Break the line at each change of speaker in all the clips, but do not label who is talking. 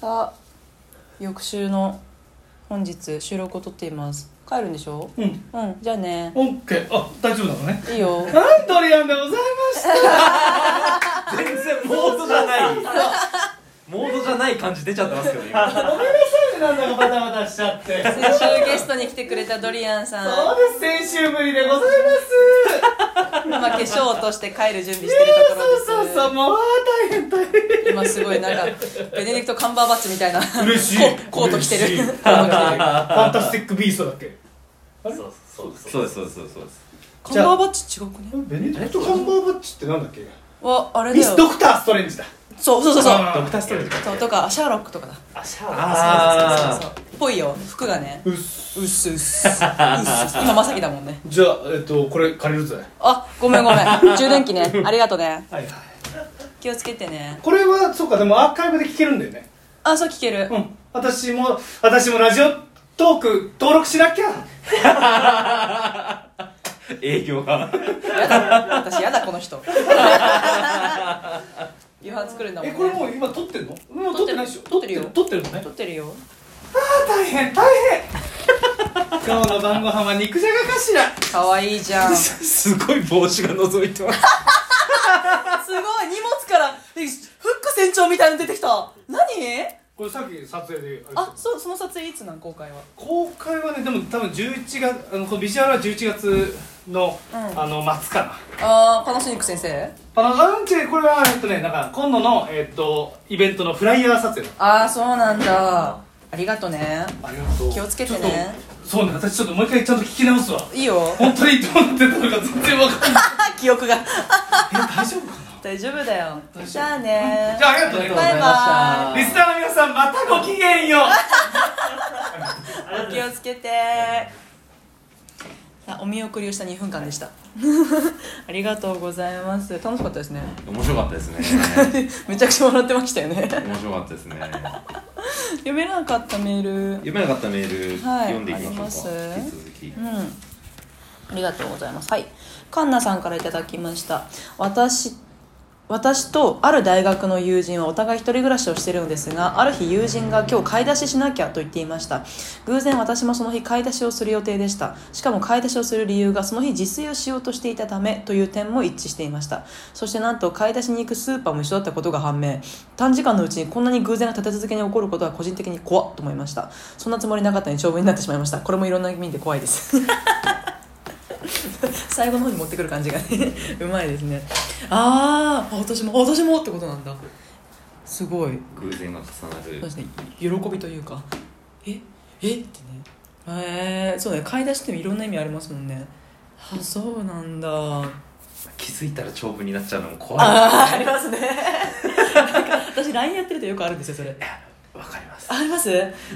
た翌週の本日収録を撮っています帰るんでしょ
うん
うんじゃあね
オッケーあ大丈夫なのね
いいよ
アンドリアンでございました
全然モードじゃないモードじゃない感じ出ちゃってますけど今
ごめんなさいねなんだかバタバタしちゃってそう
先週ゲストに来てくれたドリアンさん
です先週ぶりでございます
今化粧落として帰る準備してるところです
そうそうそうもうあー大変大変
今すごいなんかベネディクト・カンバーバッチみたいな
嬉しい
ココート着て
嬉しい
るコート着てる
ファンタスティックビーストだっけ
そうそうです
そう
そう
で
ですす
そうですそうですそうです
カンバーバッチ違うくね
ベネディクト・カンバーバッチってなんだっけ
わあれだ
ミス・
よ
ドクター・ストレンジだ
そうそうそうそう
あ
ドクターストレンジか
そうとかシャーロックとかだ
あシャワー
あ
そうそうそうそうぽいよ服がね
うっす
うっすうっすうっす今まさきだもんね
じゃあえっとこれ借りるぜ
あごめんごめん充電器ねありがとね
はい
気をつけてね
これはそうかでもアーカイブで聞けるんだよね
あそう聞ける
うん私も私もラジオトーク登録しなきゃ
ー営業が
やだ私やだこの 人夕飯作るんだもん
え
ね
これもう今撮ってんのもう撮ってないでしょ
撮ってるよ
撮ってるのね
撮ってるよ
大変大 変今日の晩ご飯は肉じゃがかしら
かわいいじゃんす
すごい帽子が覗いてます
ごい荷物からえフック船長みたいの出てきた何
これさっき撮影であれ
あそうその撮影いつなん公開は
公開はねでも多分11月あのこのビジュアルは11月の、
うん
あの末かな
あーパナソニック先生
あのうんちこれはえっとねなんか今度のえっとイベントのフライヤー撮影
ああそうなんだありがとね
ありがとう
気をつけてね
ちょっとそうね私ちょっともう一回ちゃんと聞き直すわ
いいよ
本当にどうなってたのか全然わかんない
記憶が
え大丈夫か
大丈夫だよ
大丈夫
じゃあね
じゃあありがとうね
バイバ
リスナーの皆さんまたごきげんよう
イお気をつけてさあお見送りをした2分間でしたありがとうございます楽しかったですね
面白かったですね
めちゃくちゃ笑ってましたよ ね
面白かったですね
読めなかったメール
読めなかったメール
はい
読んでいきましょう
あ
か
ります
引き続き
うんありがとうございますはいカンナさんからいただきました私私とある大学の友人はお互い一人暮らしをしているのですがある日友人が今日買い出ししなきゃと言っていました偶然私もその日買い出しをする予定でしたしかも買い出しをする理由がその日自炊をしようとしていたためという点も一致していましたそしてなんと買い出しに行くスーパーも一緒だったことが判明短時間のうちにこんなに偶然が立て続けに起こることは個人的に怖っと思いましたそんなつもりなかったのに長文になってしまいましたこれもいろんな意味で怖いです最後の方に持ってくる感じがね うまいですねあーあ私もあ私もってことなんだすごい
偶然が重
そう
な
です
る
ね喜びというかええってねえー、そうね買い出しっていろんな意味ありますもんねあそうなんだあ
気づいたら長文になっちゃうのも怖い
あーありますね なんか私 LINE やってるとよくあるんですよそれ
わかります
あります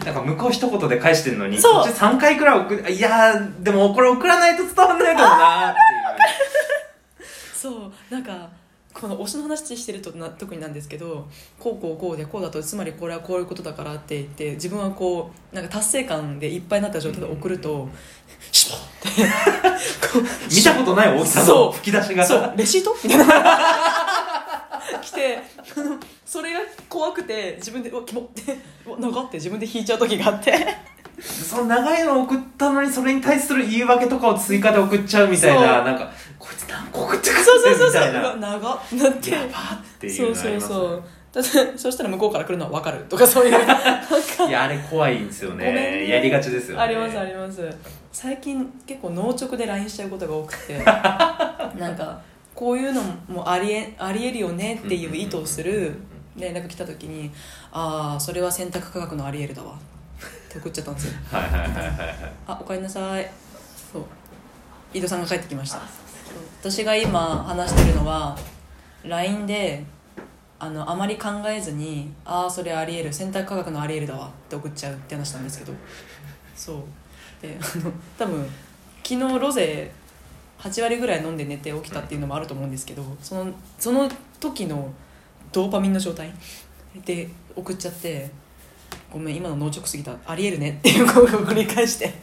なんか向こう一言で返してんのに
そう
こっち3回くらい送るいやーでもこれ送らないと伝わんないかもなーって
そうなんかこの推しの話してるとな特になんですけどこうこうこうでこうだとつまりこれはこういうことだからって言って自分はこうなんか達成感でいっぱいになった状態で送るとシュポッてこ う
いう見たことない大きさ
そう
の吹き出しが
そうレシートみたいな来てあのそれが怖くて自分で「うわキモ」って「うわ長っ」て自分で引いちゃう時があって
その長いの送ったのにそれに対する言い訳とかを追加で送っちゃうみたいな
そう
なんかこいつ何個送ってくる
そうそうそ
み
うそう
たいう
わ
な
長っなって
やばーってい
そうう
のあ
そ
り
う
ますね
そうだってそしたら向こうから来るのは分かるとかそういう
いやあれ怖いんですよね
ごめんね
やりがちですよね
ありますあります最近結構農直で LINE しちゃうことが多くて なんかこういうのもありえありえるよねっていう意図をする連絡来た時に「ああそれは選択科学のありえるだわ」って送っちゃったんですよ
はいはいはいはいはい
あおかえりなさいそう井戸さんが帰ってきましたそう私が今話してるのは LINE であのあまり考えずに「ああそれありえる選択科学のありえるだわ」って送っちゃうって話なんですけどそうであの多分昨日ロゼ8割ぐらい飲んで寝て起きたっていうのもあると思うんですけどそのその時のドーパミンの状態で送っちゃってごめん今の脳直すぎたありえるねっていう声を繰り返して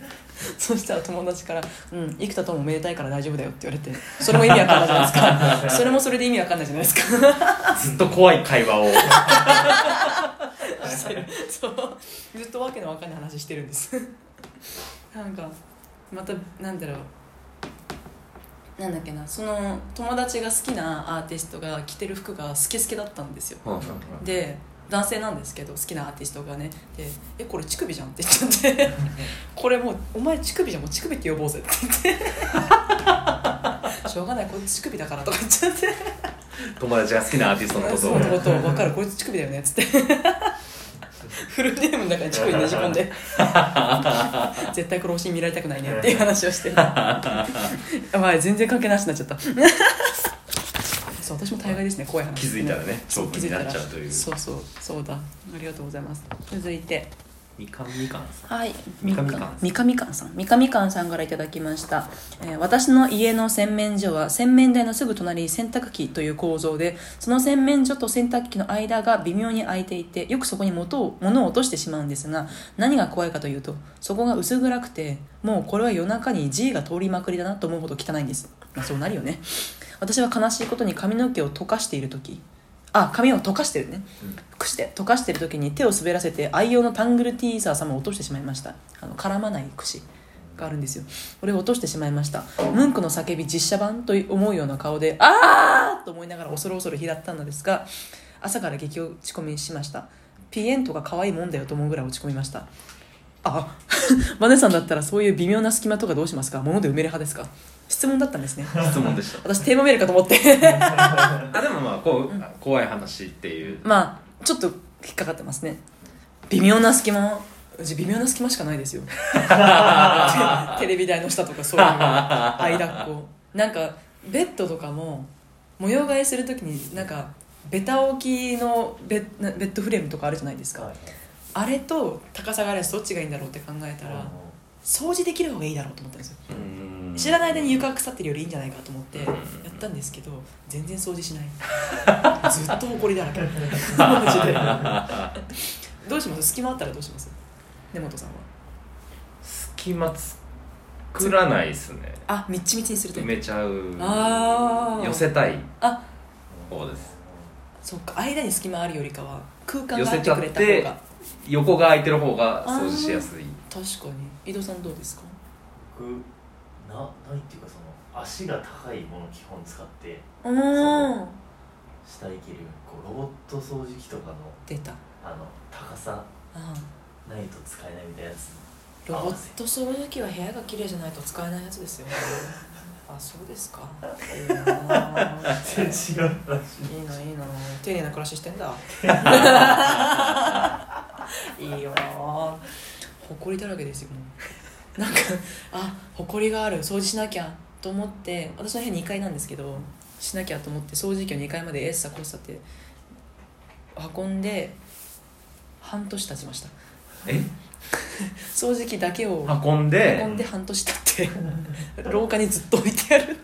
そしたら友達から「うん生田ともめでたいから大丈夫だよ」って言われてそれも意味わかんないじゃない ですかそれもそれで意味わかんないじゃないですか
ずっと怖い会話を
してるそうずっとわけのわかんない話してるんです なんかまたなんだろうなんだっけなその友達が好きなアーティストが着てる服がスケスケだったんですよ
うんうん
で男性なんですけど好きなアーティストがねで「えこれ乳首じゃん」って言っちゃ って「これもうお前乳首じゃんもう乳首って呼ぼうぜ」って言 って「しょうがないこいつ乳首だから」とか言っちゃって
友達が好きなアーティストのこと
そ
を
うのことを分かるこいつ乳首だよねっつって フルネームの中に乳首ねじ込ん で絶対これ推しに見られたくないねっていう話を してやばい全然関係なしになっちゃった そう私も大概ですね怖い話
気づいたらね
そう
オープ
気づ
ンに
いた
な
ら
っちゃうという
そうそうそうだありがとうございます続いて
みかんみかんさん
はい、
みかみかん
みかみかんさんみかみかんさんからいただきました、えー私の家の洗面所は洗面台のすぐ隣に洗濯機という構造でその洗面所と洗濯機の間が微妙に空いていてよくそこに元を物を落としてしまうんですが何が怖いかというとそこが薄暗くてもうこれは夜中に G が通りまくりだなと思うほど汚いんです、まあ、そうなるよね私は悲しいことに髪の毛を溶かしている時あ髪を溶かしてるね、くして溶かしてる時に手を滑らせて愛用のタングルティーザー様を落としてしまいましたあの絡まない櫛があるんですよこれを落としてしまいましたムンクの叫び実写版と思うような顔で「ああ!」と思いながら恐る恐る拾ったのですが朝から激落ち込みしましたピエンとか可愛いもんだよと思うぐらい落ち込みましたあ バネさんだったらそういう微妙な隙間とかどうしますか物で埋める派ですか質問だったんですね
質問でした
私テーマメールかと思って
あでもまあこう、怖い話っていう
まあちょっと引っかかってますね微妙な隙間うち微妙な隙間しかない ですよテレビ台の下とかそういう間っこなんかベッドとかも模様替えするときになんかベタ置きのベッなベッドフレームとかあるじゃないですか、あれと高さがあるやつどっちがいいんだろうって考えたら掃除できる方がいいだろうと思ったんですよ知らない間に床が腐ってるよりいいんじゃないかと思ってやったんですけど全然掃除しない ずっと埃だらけマジでどうします隙間あったらどうします根本さんは
隙間作らないですね
あみっちみちにすると
埋めちゃう
あー
寄せたい
あ
方です
そっか間に隙間あるよりかは空間
寄
があ
せ
っ
ち
て
ゃ
く
っ
れた方
て
が
横が空いてる方が掃除しやすい
確かに井戸さんどうですか
僕なないっていうかその足が高いもの基本使って
う
ー
ん
下行けるこうロボット掃除機とかの
出た
あの高さ
あ
ないと使えないみたいなやつ
ロボット掃除機は部屋が綺麗じゃないと使えないやつ ですよねあそうです かいいなあ
全然 違う話
いいないいな丁寧な暮らししてんだいいよなほこりだらけですよもうなんかあほこりがある掃除しなきゃと思って私の部屋2階なんですけどしなきゃと思って掃除機を2階までエッサコッサって運んで半年経ちました
え
掃除機だけを
運んで
運んで半年経って廊下にずっと置いてある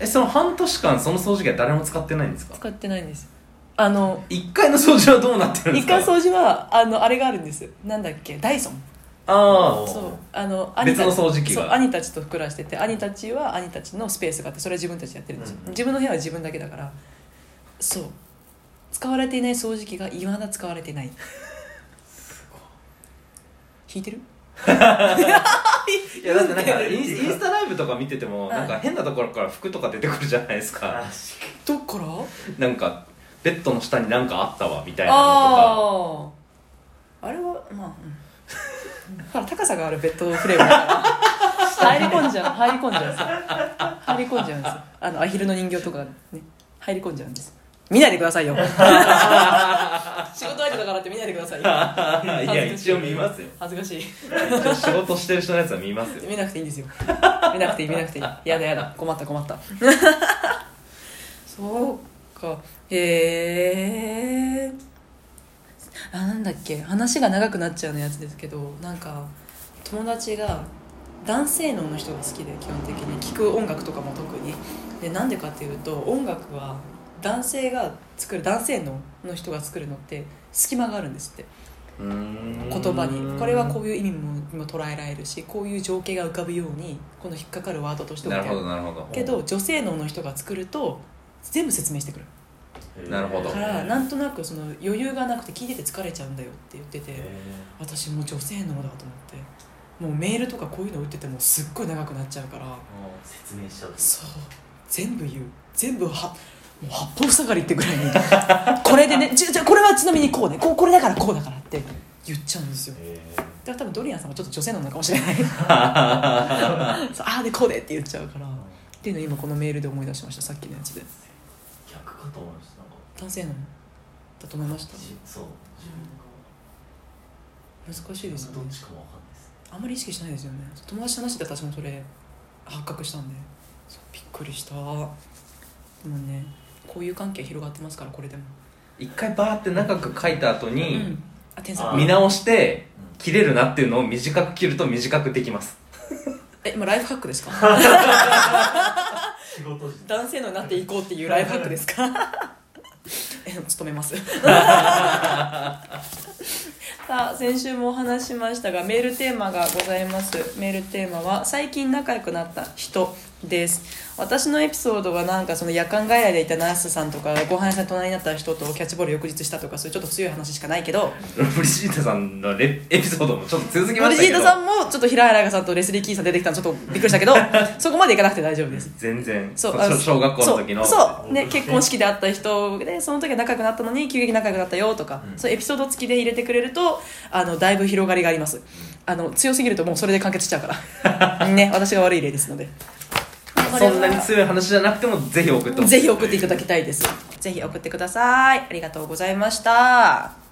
えその半年間その掃除機は誰も使ってないんですか
使ってないんですあの
一回の掃除はどうなってるんで
一
すか
回掃除はあのあれがあるんですなんだっけダイソン
ああ
そうあの
別の
たち
掃除機が
そう兄たちとふくらしてて兄たちは兄たちのスペースがあってそれは自分たちでやってるんですよ、
うんうん
自分の部屋は自分だけだからそう使われていない掃除機がいまだ使われて ない引いてる
いやだってなんかインスインスタライブとか見ててもなんか変なところから服とか出てくるじゃないですか
足が
どっから
なんかベッドの下になんかあったわみたいなのとか
あああれはまあ、うん、ほら高さがあるベッドフレームだから入り 込んじゃう入り込んじゃうんですよ入り込んじゃうんですよあのアヒルの人形とかね入り込んじゃうんです見ないでくださ いよ仕事相手だからって見ないでくださいよ
いや一応見ますよ
恥ずかしい
一応仕事してる人のやつは見ますよ
見なくていいんですよ見なくていい見なくていいやだやだ困った困った そうかへえあなんだっけ話が長くなっちゃうのやつですけどなんか友達が男性能の人が好きで基本的に聴く音楽とかも特にでなんでかっていうと音楽は男性が作る男性能の人が作るのって隙間があるんですって言
言
葉にこれはこういう意味もも捉えられるしこういう情景が浮かぶようにこの引っかかるワードとして置
ないる
てあ
ほ
る
どなるほど
けど女性能の人が作ると全部説明してくる
なるほど
からなんとなくその余裕がなくて聞いてて疲れちゃうんだよって言ってて、私もう女性のだと思ってもうメールとかこういうの打っててもすっごい長くなっちゃうから
もう説明しちゃう
そう全部言う全部はもう八方塞がりってぐらいにこれでねじゃじゃこれはちなみにこうねこうこれだからこうだからって言っちゃうんですよ
え
だから多分ドリアンさんはちょっと女性なのかもし れないそうああでこうでって言っちゃうからっていうのを今このメールで思い出しましたさっきのやつで
ー逆かと思いましたなんか
男性なのだと思いました
じそう自
難しい
分
です
が
よ
どっ
ね
ちかもわかんないです
あんまり意識しないですよね友達と話してて私もそれ発覚したんでそうびっくりしたでもねこういう関係広がってますからこれでも、
一回バーって長く書いた後
う
に
ん、あ天才
あ
見直して
うん
切れるなっていうのを短く切ると短くできます
え今ライフハックですか
仕事時
男性のになっていこうっていうライフハックですか え勤めます さあ先週もお話ししましたがメールテーマがございますメールテーマは「最近仲良くなった人」です私のエピソードがなんかその夜間外来でいたナースさんとかご飯屋さんに隣になった人とキャッチボール翌日したとかそういうちょっと強い話しかないけ ど
ブリシータさんのレエピソードもちょっと続きま
森
し
シ
たけ
ー
ど
トさんもちょっと平原さんとレスリー・キーさん出てきたのちょっとびっくりしたけ どそこまでいかなくて大丈夫です
全然
そう
小
あの
小学校の時の
そうそうね、結婚式で会った人でその時は仲良くなったのに急激に仲良くなったよとか、
うん
そういうエピソード付きで入れてくれるとあのだいぶ広がりがありますあの強すぎるともうそれで完結しちゃうから ね私が悪い例ですので
そんなに強い話じゃなくてもぜひ送ってほしい
ぜひ送っていただきたいですぜひ送ってくださいありがとうございました